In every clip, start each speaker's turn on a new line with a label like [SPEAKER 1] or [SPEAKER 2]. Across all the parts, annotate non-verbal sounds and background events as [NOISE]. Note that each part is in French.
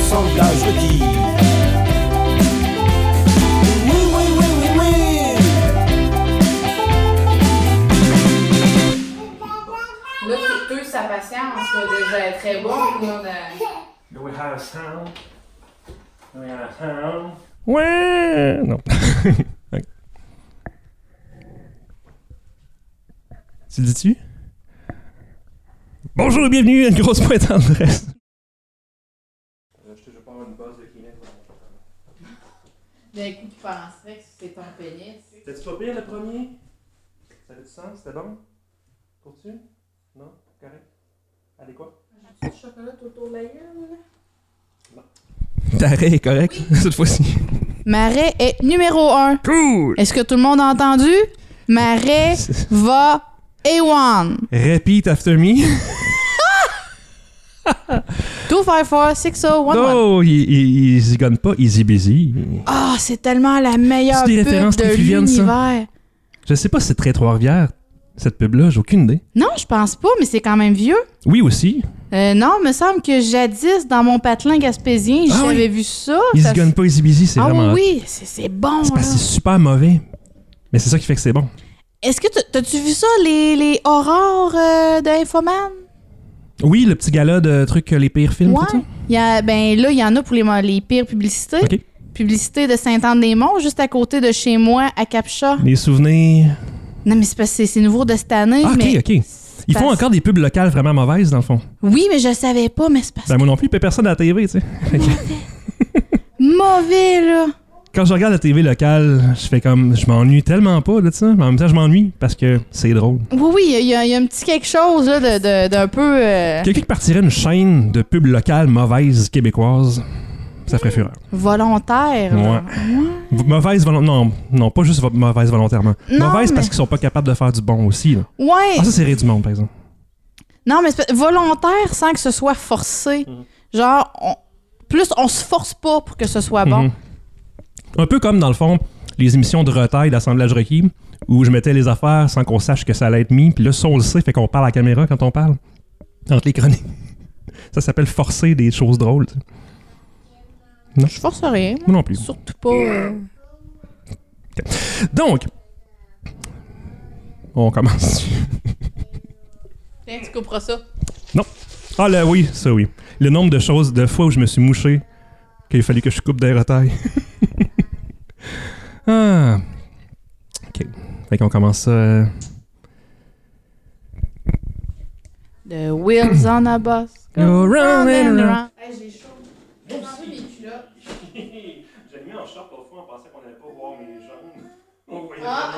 [SPEAKER 1] l'assemblage requis. Oui, oui, oui, oui, oui.
[SPEAKER 2] Là, tu peux sa patience, là, déjà très bon, là, de-
[SPEAKER 3] Do we have a sound? Do we have a sound?
[SPEAKER 4] Ouais! Non. [LAUGHS] Ok. Tu le dis-tu? Bonjour et bienvenue à une grosse pointe en dresse.
[SPEAKER 2] D'un coup, tu penserais que c'est ton pénis.
[SPEAKER 3] T'as-tu pas pire le premier? Ça avait du sens? C'était bon? Cours-tu? Non? Correct? Allez quoi?
[SPEAKER 5] Du chocolat autour de la gueule.
[SPEAKER 4] T'arrêt est correct [LAUGHS] cette fois-ci.
[SPEAKER 6] Marais est numéro 1.
[SPEAKER 4] Cool!
[SPEAKER 6] Est-ce que tout le monde a entendu? Marais va A1.
[SPEAKER 4] [LAUGHS] Repeat after me.
[SPEAKER 6] 254-6011.
[SPEAKER 4] Non, il, il, il zigonne pas easy busy.
[SPEAKER 6] Ah, c'est tellement la meilleure
[SPEAKER 4] C'est des
[SPEAKER 6] pub
[SPEAKER 4] références
[SPEAKER 6] de
[SPEAKER 4] qui viennent, ça.
[SPEAKER 6] l'univers.
[SPEAKER 4] Je sais pas si c'est très Trois-Rivières, cette pub-là, j'ai aucune idée.
[SPEAKER 6] Non, je pense pas, mais c'est quand même vieux.
[SPEAKER 4] Oui aussi.
[SPEAKER 6] Euh, non, me semble que jadis, dans mon patelin gaspésien,
[SPEAKER 4] Ah oui.
[SPEAKER 6] j'avais vu ça.
[SPEAKER 4] Il
[SPEAKER 6] Oh, Ça-
[SPEAKER 4] zigonne pas easy busy, c'est
[SPEAKER 6] Ah
[SPEAKER 4] vraiment.
[SPEAKER 6] oui, oui, c'est c'est bon.
[SPEAKER 4] C'est
[SPEAKER 6] là.
[SPEAKER 4] parce que c'est super mauvais. Mais c'est ça qui fait que c'est bon.
[SPEAKER 6] Est-ce que tu- t'as-tu vu ça, les, les aurores euh, de Infoman?
[SPEAKER 4] Oui, le petit gala de trucs euh, les pires films, tout ça.
[SPEAKER 6] ouais. Il y a, ben là, il y en a pour les, mo- les pires publicités.
[SPEAKER 4] Ok.
[SPEAKER 6] Publicité de Sainte-Anne-des-Monts, juste à côté de chez moi, à Capcha.
[SPEAKER 4] Les souvenirs.
[SPEAKER 6] Non, mais c'est parce que c'est- c'est nouveau de cette année.
[SPEAKER 4] Ah, ok,
[SPEAKER 6] mais
[SPEAKER 4] ok. Ils font
[SPEAKER 6] parce-
[SPEAKER 4] encore des pubs locales vraiment mauvaises, dans le fond.
[SPEAKER 6] Oui, mais je le savais pas, mais c'est parce
[SPEAKER 4] Ben,
[SPEAKER 6] que
[SPEAKER 4] moi non plus, il paie personne à la TV, tu sais.
[SPEAKER 6] mauvais, là.
[SPEAKER 4] Quand je regarde la TV locale, je fais comme. Je m'ennuie tellement pas de ça. Mais en même temps, je m'ennuie parce que c'est drôle.
[SPEAKER 6] Oui, oui, il y a- il y, a- il y a un petit quelque chose là, de- de- d'un peu... euh,
[SPEAKER 4] Quelqu'un qui partirait une chaîne de pubs locales mauvaises québécoises, ça ferait fureur.
[SPEAKER 6] volontaire. là.
[SPEAKER 4] V- Mauvaise volontairement. Non, non, pas juste vo- mauvaise volontairement.
[SPEAKER 6] Non,
[SPEAKER 4] mauvaise parce
[SPEAKER 6] mais-
[SPEAKER 4] qu'ils sont pas capables de faire du bon aussi. Là.
[SPEAKER 6] Ouais.
[SPEAKER 4] Ah, ça, c'est rire du monde, par exemple.
[SPEAKER 6] Non, mais c'est pas- volontaire sans que ce soit forcé.
[SPEAKER 4] Mhm.
[SPEAKER 6] Genre, on- plus on se force pas pour que ce soit bon.
[SPEAKER 4] Mhm. Un peu comme, dans le fond, les émissions de retail d'assemblage requis, où je mettais les affaires sans qu'on sache que ça allait être mis, puis là, ça, on le sait, fait qu'on parle à la caméra quand on parle. Entre les chroniques. Ça s'appelle forcer des choses drôles. tu sais.
[SPEAKER 6] Je force rien.
[SPEAKER 4] Moi non plus.
[SPEAKER 6] Surtout pas. euh,
[SPEAKER 4] Donc, on commence.
[SPEAKER 6] Tiens, tu couperas ça.
[SPEAKER 4] Ah là, oui, ça oui. Le nombre de choses, de fois où je me suis mouché, qu'il fallait que je coupe des retails. [LAUGHS] ah. OK. Fait qu'on commence ça... euh,
[SPEAKER 6] The wheels on a bus. go
[SPEAKER 4] Go
[SPEAKER 6] oh,
[SPEAKER 4] round and round.
[SPEAKER 2] Hey, j'ai chaud. J'ai enlevé mes culottes.
[SPEAKER 3] J'ai mis en short parfois en pensant qu'on allait pas voir mes jambes. [LAUGHS]
[SPEAKER 2] Ah.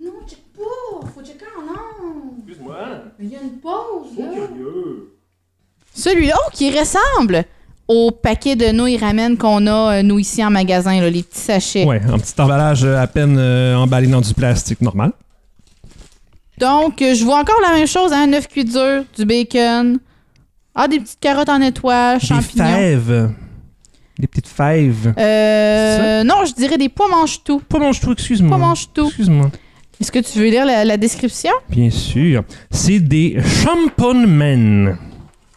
[SPEAKER 2] Non, check pas. Faut checker en ondes.
[SPEAKER 3] Excuse-moi.
[SPEAKER 2] Mais il y a une pause, là.
[SPEAKER 3] Curieux.
[SPEAKER 6] Celui-là, oh, qui ressemble au paquet de nouilles ramen qu'on a, euh, nous, ici en magasin, là, les petits sachets.
[SPEAKER 4] Ouais, un petit emballage euh, à peine euh, emballé dans du plastique normal.
[SPEAKER 6] Donc, euh, je vois encore la même chose, hein, 9 cuits durs, du bacon. Ah, des petites carottes en étoile,
[SPEAKER 4] Des
[SPEAKER 6] champignons.
[SPEAKER 4] fèves. Des petites fèves.
[SPEAKER 6] Euh, non, je dirais des pois mange-tout.
[SPEAKER 4] Pas mange tout, excuse-moi.
[SPEAKER 6] Pas mange-tout.
[SPEAKER 4] Excuse-moi.
[SPEAKER 6] Est-ce que tu veux lire la, la description
[SPEAKER 4] Bien sûr. C'est des champon men.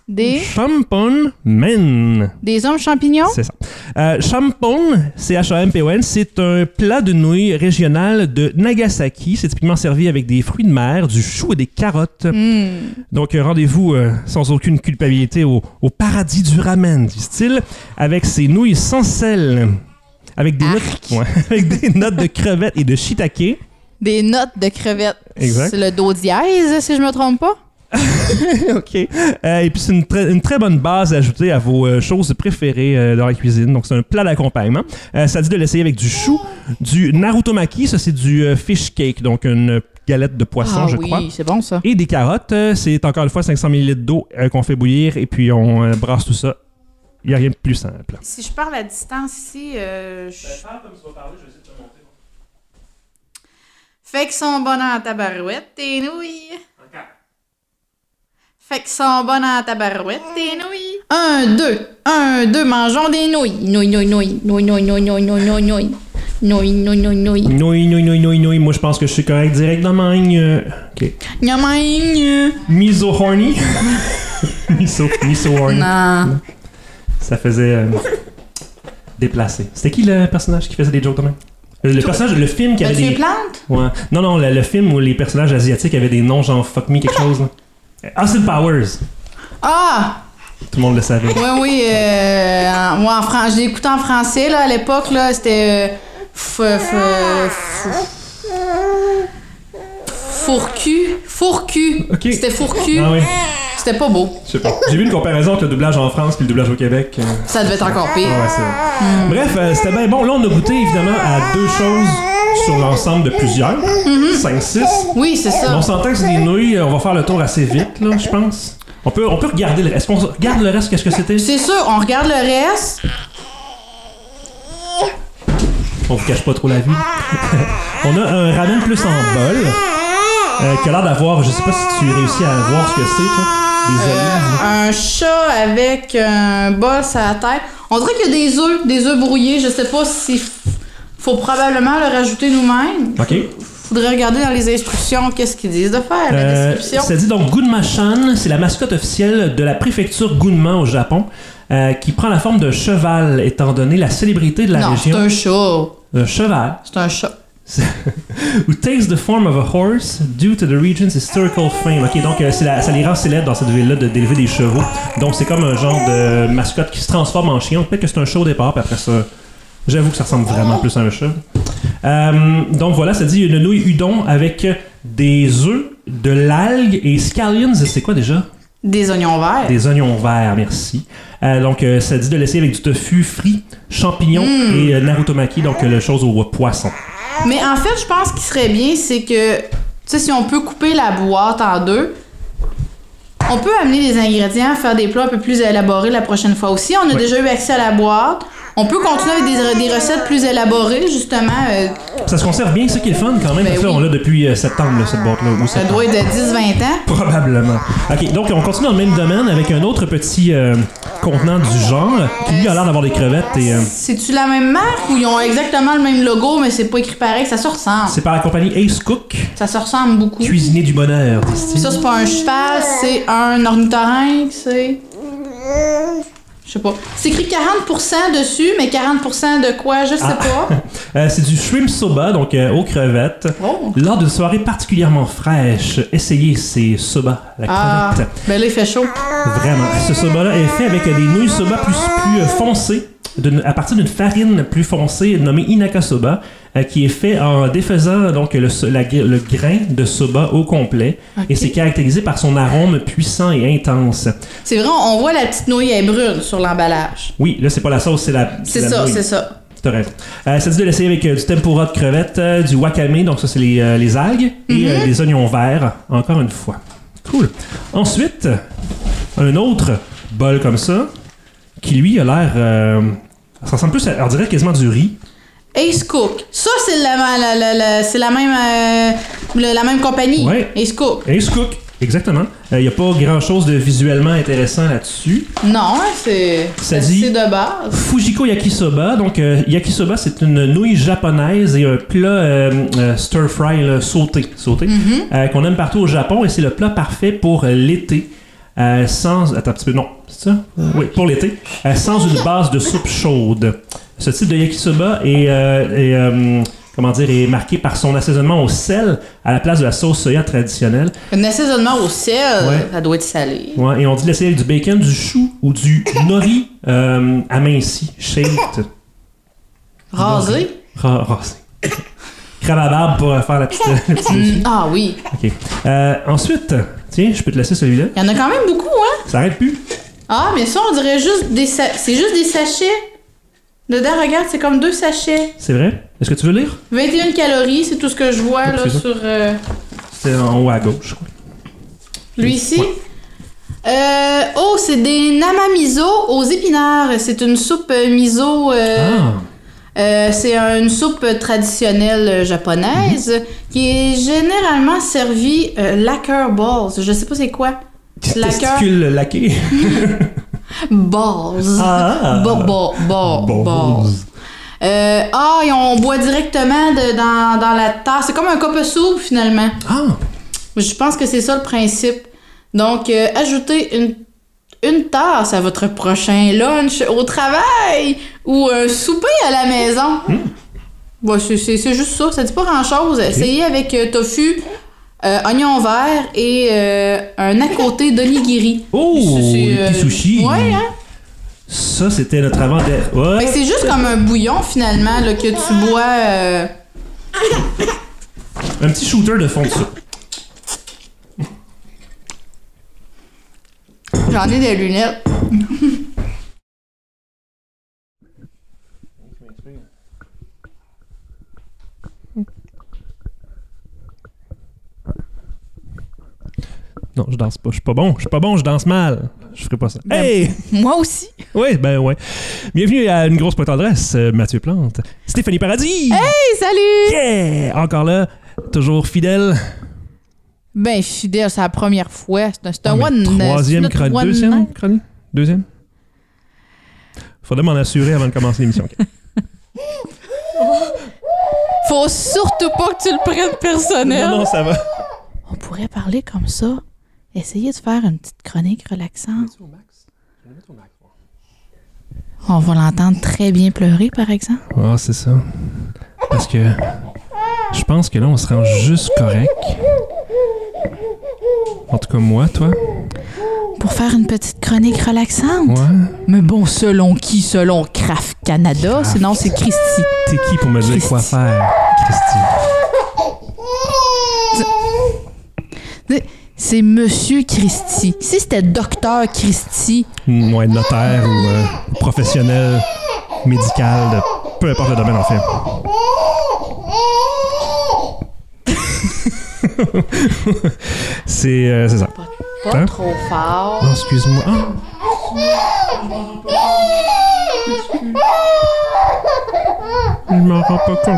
[SPEAKER 6] des,
[SPEAKER 4] Champon men.
[SPEAKER 6] des hommes champignons?
[SPEAKER 4] C'est ça. Euh, champon, C-H-A-M-P-O-N, c'est un plat de nouilles régional de Nagasaki. C'est typiquement servi avec des fruits de mer, du chou et des carottes.
[SPEAKER 6] Hmm.
[SPEAKER 4] Donc, euh, rendez-vous euh, sans aucune culpabilité au, au paradis du ramen, disent-ils, avec ses nouilles sans sel, avec des, notes, ouais, [LAUGHS] avec des notes de crevettes et de shiitake.
[SPEAKER 6] Des notes de crevettes.
[SPEAKER 4] Exact.
[SPEAKER 6] C'est le dos dièse, si je me trompe pas.
[SPEAKER 4] OK. Euh, et puis, c'est une, très- une très bonne base à ajouter à vos euh, choses préférées euh, dans la cuisine. Donc, c'est un plat d'accompagnement. Euh, ça dit de l'essayer avec du chou, du narutomaki, ça c'est du euh, fish cake, donc une galette de poisson,
[SPEAKER 6] ah
[SPEAKER 4] je
[SPEAKER 6] oui,
[SPEAKER 4] crois.
[SPEAKER 6] c'est bon ça.
[SPEAKER 4] Et des carottes, euh, c'est encore une fois 500 ml d'eau euh, qu'on fait bouillir et puis on euh, brasse tout ça. Il n'y a rien de plus simple.
[SPEAKER 6] Si je parle à distance ici, euh, je-
[SPEAKER 3] Parle comme tu vas parler, je vais essayer de te monter.
[SPEAKER 6] Fait que sont bonnes en tabarouette, tes nouilles.
[SPEAKER 3] Encore.
[SPEAKER 6] Fait que sont bonnes en tabarouette, tes nouilles. Un, deux, un, deux, mangeons des nouilles. Nouilles, nouilles, nouilles, nouilles, nouilles, nouilles, nouilles, nouilles, nouilles. Nouilles, nouilles, nouilles, nouilles.
[SPEAKER 4] Oui, oui, oui, oui, oui. Moi, je pense que je suis correct direct dans ma ligne. Euh, Ok.
[SPEAKER 6] Gnamagne.
[SPEAKER 4] [LAUGHS]
[SPEAKER 6] Ah.
[SPEAKER 4] Miso horny. miso, miso horny.
[SPEAKER 6] Non.
[SPEAKER 4] Ça faisait euh, déplacé. C'était qui le personnage qui faisait des jokes de même? Euh, Le personnage, le film qui
[SPEAKER 6] T'as
[SPEAKER 4] avait
[SPEAKER 6] des
[SPEAKER 4] des.
[SPEAKER 6] plantes?
[SPEAKER 4] Ouais. Non, non, le, le film où les personnages asiatiques avaient des noms genre fuck me quelque chose. là. Euh, Austin Powers.
[SPEAKER 6] Ah!
[SPEAKER 4] Tout le monde le savait.
[SPEAKER 6] Oui, oui. Euh, en- moi, en Fran- je l'ai écouté en français, là, à l'époque, là. C'était. euh, f- f- f- Fourcu. Fourcu.
[SPEAKER 4] Ok.
[SPEAKER 6] C'était fourcu.
[SPEAKER 4] Ah oui,
[SPEAKER 6] C'était pas beau.
[SPEAKER 4] je sais pas. J'ai vu une comparaison entre le doublage en France puis le doublage au Québec. euh,
[SPEAKER 6] Ça devait être encore pire.
[SPEAKER 4] Ouais, c'est vrai. Bref, euh, c'était bien bon. Là, on a goûté évidemment à deux choses sur l'ensemble de plusieurs. 5-6.
[SPEAKER 6] Oui, c'est ça.
[SPEAKER 4] On s'entend que c'est des nouilles. euh, On va faire le tour assez vite, là, je pense. On peut, on peut regarder le reste. Est-ce qu'on regarde le reste? Qu'est-ce que c'était?
[SPEAKER 6] C'est sûr, on regarde le reste.
[SPEAKER 4] On vous cache pas trop la vie. [LAUGHS] on a un ramen plus en bol. euh, qui a l'air d'avoir, je sais pas si tu réussis à voir ce que c'est, toi. Des olives.
[SPEAKER 6] Euh, Un chat avec un bol à la tête. On dirait qu'il y a des œufs, des œufs brouillés. Je sais pas si. Faut probablement le rajouter nous-mêmes.
[SPEAKER 4] OK.
[SPEAKER 6] Faudrait regarder dans les instructions qu'est-ce qu'ils disent de faire, la
[SPEAKER 4] Euh,
[SPEAKER 6] Ah, ben, description.
[SPEAKER 4] ça dit donc Gunma-chan, c'est la mascotte officielle de la préfecture Gunma au Japon, euh, qui prend la forme d'un cheval, étant donné la célébrité de la
[SPEAKER 6] non, c'est
[SPEAKER 4] région.
[SPEAKER 6] un chat.
[SPEAKER 4] Un cheval.
[SPEAKER 6] C'est un chat.
[SPEAKER 4] Who takes the form of a horse due to the region's historical fame. Ok, donc euh, c'est la- ça les rend célèbres dans cette ville-là de d'élever des chevaux. Donc c'est comme un genre de mascotte qui se transforme en chien. Peut-être que c'est un chat au départ, puis après ça, j'avoue que ça ressemble vraiment plus à un chat. Euh, donc voilà, ça dit une nouille udon avec des œufs, de l'algue et scallions. C'est quoi déjà?
[SPEAKER 6] Des oignons verts.
[SPEAKER 4] Des oignons verts, merci. Euh, donc, euh, ça dit de laisser avec du tofu frit, champignons
[SPEAKER 6] Mmh.
[SPEAKER 4] et euh, narutomaki, donc euh, la chose au poisson.
[SPEAKER 6] Mais en fait, je pense qu'il serait bien, c'est que, tu sais, si on peut couper la boîte en deux, on peut amener des ingrédients, faire des plats un peu plus élaborés la prochaine fois aussi. On a
[SPEAKER 4] Ouais.
[SPEAKER 6] déjà eu accès à la boîte. On peut continuer avec des, des recettes plus élaborées, justement. euh,
[SPEAKER 4] Ça se conserve bien, c'est ça qui est le fun quand même,
[SPEAKER 6] Ben
[SPEAKER 4] parce que là,
[SPEAKER 6] oui.
[SPEAKER 4] on l'a depuis euh, septembre, là, cette boîte-là. ou
[SPEAKER 6] ça
[SPEAKER 4] septembre.
[SPEAKER 6] doit être de 10-20 ans.
[SPEAKER 4] Probablement. Ok, donc on continue dans le même domaine avec un autre petit euh, contenant du genre, qui lui a l'air d'avoir des crevettes et. euh,
[SPEAKER 6] C'est-tu la même marque ou ils ont exactement le même logo, mais c'est pas écrit pareil? Ça se ressemble.
[SPEAKER 4] c'est par la compagnie Ace Cook,
[SPEAKER 6] Ça se ressemble beaucoup.
[SPEAKER 4] cuisinier du bonheur,
[SPEAKER 6] Puis
[SPEAKER 4] disent-ils.
[SPEAKER 6] Ça, c'est pas un cheval, c'est un ornithorynque, c'est. Je sais pas. C'est écrit 40% dessus, mais 40% de quoi, je sais pas.
[SPEAKER 4] [LAUGHS] Euh, c'est du shrimp soba, donc euh, aux crevettes.
[SPEAKER 6] Oh.
[SPEAKER 4] Lors d'une soirée particulièrement fraîche, essayez ces soba, la
[SPEAKER 6] Ah,
[SPEAKER 4] crevette.
[SPEAKER 6] ben là, il fait chaud.
[SPEAKER 4] Vraiment. Ce soba-là est fait avec euh, des nouilles soba plus, plus euh, foncées, d'une- à partir d'une farine plus foncée nommée Inaka soba, euh, qui est fait en défaisant donc le, so- la gr- le grain de soba au complet.
[SPEAKER 6] Ok.
[SPEAKER 4] Et c'est caractérisé par son arôme puissant et intense.
[SPEAKER 6] C'est vrai, on voit la petite nouille, elle est brune sur l'emballage.
[SPEAKER 4] Oui, là, c'est pas la sauce, c'est la.
[SPEAKER 6] C'est
[SPEAKER 4] la
[SPEAKER 6] ça,
[SPEAKER 4] nouille.
[SPEAKER 6] c'est ça.
[SPEAKER 4] T'as raison. Euh, ça dit de l'essayer avec euh, du tempura de crevettes, euh, du wakame, donc ça c'est les, euh, les algues, et euh, les oignons verts, encore une fois. Cool. Ensuite, un autre bol comme ça, qui lui a l'air... euh, ça ressemble plus, à, on dirait quasiment du riz.
[SPEAKER 6] Ace Cook. Ça, c'est la, la, la, la- c'est la même euh, le- la même compagnie.
[SPEAKER 4] Ouais.
[SPEAKER 6] Ace Cook.
[SPEAKER 4] Et ce cook, exactement. Il n'y a pas grand-chose de visuellement intéressant là-dessus.
[SPEAKER 6] Non, hein, c'est
[SPEAKER 4] Ça
[SPEAKER 6] c'est
[SPEAKER 4] dit-
[SPEAKER 6] c'est de base.
[SPEAKER 4] Fujiko Yakisoba. Donc, euh, Yakisoba, c'est une nouille japonaise et un plat euh, euh, stir-fry là, sauté, sauté euh, qu'on aime partout au Japon et c'est le plat parfait pour l'été. euh, sans. Attends un petit peu, non, c'est ça? Oui, pour l'été. euh, sans une base de soupe chaude. Ce type de yakisoba est, euh, est, euh, comment dire, est marqué par son assaisonnement au sel à la place de la sauce soya traditionnelle.
[SPEAKER 6] Un assaisonnement au sel,
[SPEAKER 4] Ouais.
[SPEAKER 6] ça doit être salé.
[SPEAKER 4] Ouais, et on dit l'essayer avec du bacon, du chou ou du nori euh, aminci, shaked.
[SPEAKER 6] Rasé.
[SPEAKER 4] Ra- Rasé. [COUGHS] Crabe à barbe pour euh, faire la petite.
[SPEAKER 6] [LAUGHS]
[SPEAKER 4] le petit dessus.
[SPEAKER 6] Ah oui.
[SPEAKER 4] Ok. Euh, ensuite, tiens, je peux te laisser celui-là.
[SPEAKER 6] Il y en a quand même beaucoup, hein?
[SPEAKER 4] Ça arrête plus.
[SPEAKER 6] Ah, mais ça, on dirait juste des sa- C'est juste des sachets. Dedans, regarde, c'est comme deux sachets.
[SPEAKER 4] C'est vrai. Est-ce que tu veux lire
[SPEAKER 6] 21 calories, c'est tout ce que je vois
[SPEAKER 4] Donc,
[SPEAKER 6] là
[SPEAKER 4] c'est ça.
[SPEAKER 6] sur. euh,
[SPEAKER 4] C'est en haut à gauche. quoi.
[SPEAKER 6] Lui ici. Euh, oh, c'est des namamiso aux épinards. C'est une soupe euh, miso. euh,
[SPEAKER 4] Ah.
[SPEAKER 6] euh, c'est une soupe traditionnelle euh, japonaise
[SPEAKER 4] Mhm.
[SPEAKER 6] qui est généralement servie euh, lacquer balls. Je sais pas c'est quoi. Lacquer
[SPEAKER 4] Testicule
[SPEAKER 6] [LAUGHS]
[SPEAKER 4] laqué.
[SPEAKER 6] balls.
[SPEAKER 4] Ah.
[SPEAKER 6] Bon, bon, bon,
[SPEAKER 4] Balls.
[SPEAKER 6] bon. Euh, ah, et on boit directement de- dans, dans la tasse. C'est comme un cop soupe, finalement.
[SPEAKER 4] Ah.
[SPEAKER 6] Je pense que c'est ça le principe. Donc, euh, ajouter une, une tasse à votre prochain lunch au travail ou un souper à la maison.
[SPEAKER 4] Hmm.
[SPEAKER 6] Ouais, c'est- c'est c'est juste ça, ça dit pas grand-chose. Essayez avec euh, tofu, euh, oignon vert et euh, un à côté d'onigiri.
[SPEAKER 4] Oh,
[SPEAKER 6] C'est- c'est,
[SPEAKER 4] des petits sushis.
[SPEAKER 6] euh, Ouais, hein?
[SPEAKER 4] Ça, c'était notre avant-dernier.
[SPEAKER 6] Fait que
[SPEAKER 4] Ouais.
[SPEAKER 6] c'est juste comme un bouillon, finalement, là, que tu bois... euh,
[SPEAKER 4] Un petit shooter de fond de soupe.
[SPEAKER 6] J'en ai des lunettes.
[SPEAKER 3] Je m'explique.
[SPEAKER 4] Non, je danse pas. Je suis pas bon. Je suis pas bon, je danse mal. Je ferai pas ça. Hey!
[SPEAKER 6] Moi aussi.
[SPEAKER 4] Oui, ben ouais. Bienvenue à Une grosse pointe adresse, euh, Mathieu Plante. Stéphanie Paradis!
[SPEAKER 6] Hey, salut!
[SPEAKER 4] Yeah! Encore là, toujours fidèle.
[SPEAKER 6] Ben, fidèle, c'est la première fois. C'est un, c'est un
[SPEAKER 4] Ah, mais
[SPEAKER 6] one... c'est
[SPEAKER 4] Troisième
[SPEAKER 6] notre
[SPEAKER 4] chronique.
[SPEAKER 6] one
[SPEAKER 4] Deuxième
[SPEAKER 6] night.
[SPEAKER 4] chronique? Deuxième? Faudrait m'en assurer avant de commencer l'émission. ok.
[SPEAKER 6] Faut surtout pas que tu le prennes personnel.
[SPEAKER 4] [LAUGHS] Non, non, ça va.
[SPEAKER 6] On pourrait parler comme ça. Essayer de faire une petite chronique relaxante.
[SPEAKER 3] Mets-tu au max? Je vais le mettre au max. moi.
[SPEAKER 6] On va l'entendre très bien pleurer, par exemple.
[SPEAKER 4] Ah, c'est ça. Parce que je pense que là, on se rend juste correct. En tout cas, moi, toi.
[SPEAKER 6] Pour faire une petite chronique relaxante.
[SPEAKER 4] Moi.
[SPEAKER 6] Mais bon, selon qui? Selon Craft Canada.
[SPEAKER 4] Kraft.
[SPEAKER 6] Sinon, c'est Christy.
[SPEAKER 4] T'es qui pour me dire quoi
[SPEAKER 6] Christy.
[SPEAKER 4] faire, Christy?
[SPEAKER 6] C'est Monsieur Christy. Si c'était Docteur Christy,
[SPEAKER 4] Mm, Ouais, notaire ou euh, professionnel médical, de- peu importe le domaine, en fait. [LAUGHS] c'est euh, c'est ça.
[SPEAKER 6] pas
[SPEAKER 4] Hein?
[SPEAKER 6] trop fort.
[SPEAKER 4] Oh, excuse-moi. Ah. Je m'en rends pas compte.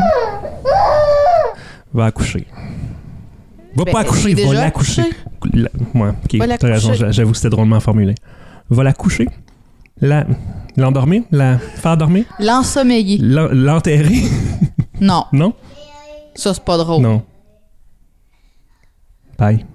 [SPEAKER 4] Va accoucher. Va
[SPEAKER 6] Ben,
[SPEAKER 4] pas
[SPEAKER 6] j'ai
[SPEAKER 4] accoucher, va
[SPEAKER 6] déjà
[SPEAKER 4] l'accoucher.
[SPEAKER 6] accouché.
[SPEAKER 4] La- Ouais, ok,
[SPEAKER 6] Va
[SPEAKER 4] t'as raison,
[SPEAKER 6] l'accoucher.
[SPEAKER 4] j'a- j'avoue que c'était drôlement formulé. Va l'accoucher. La... L'endormir? La... Faire dormir?
[SPEAKER 6] L'ensommeiller.
[SPEAKER 4] L'en- L'enterrer? [LAUGHS]
[SPEAKER 6] Non,
[SPEAKER 4] Non?
[SPEAKER 6] Oh. ça, c'est pas drôle.
[SPEAKER 4] Non. Bye.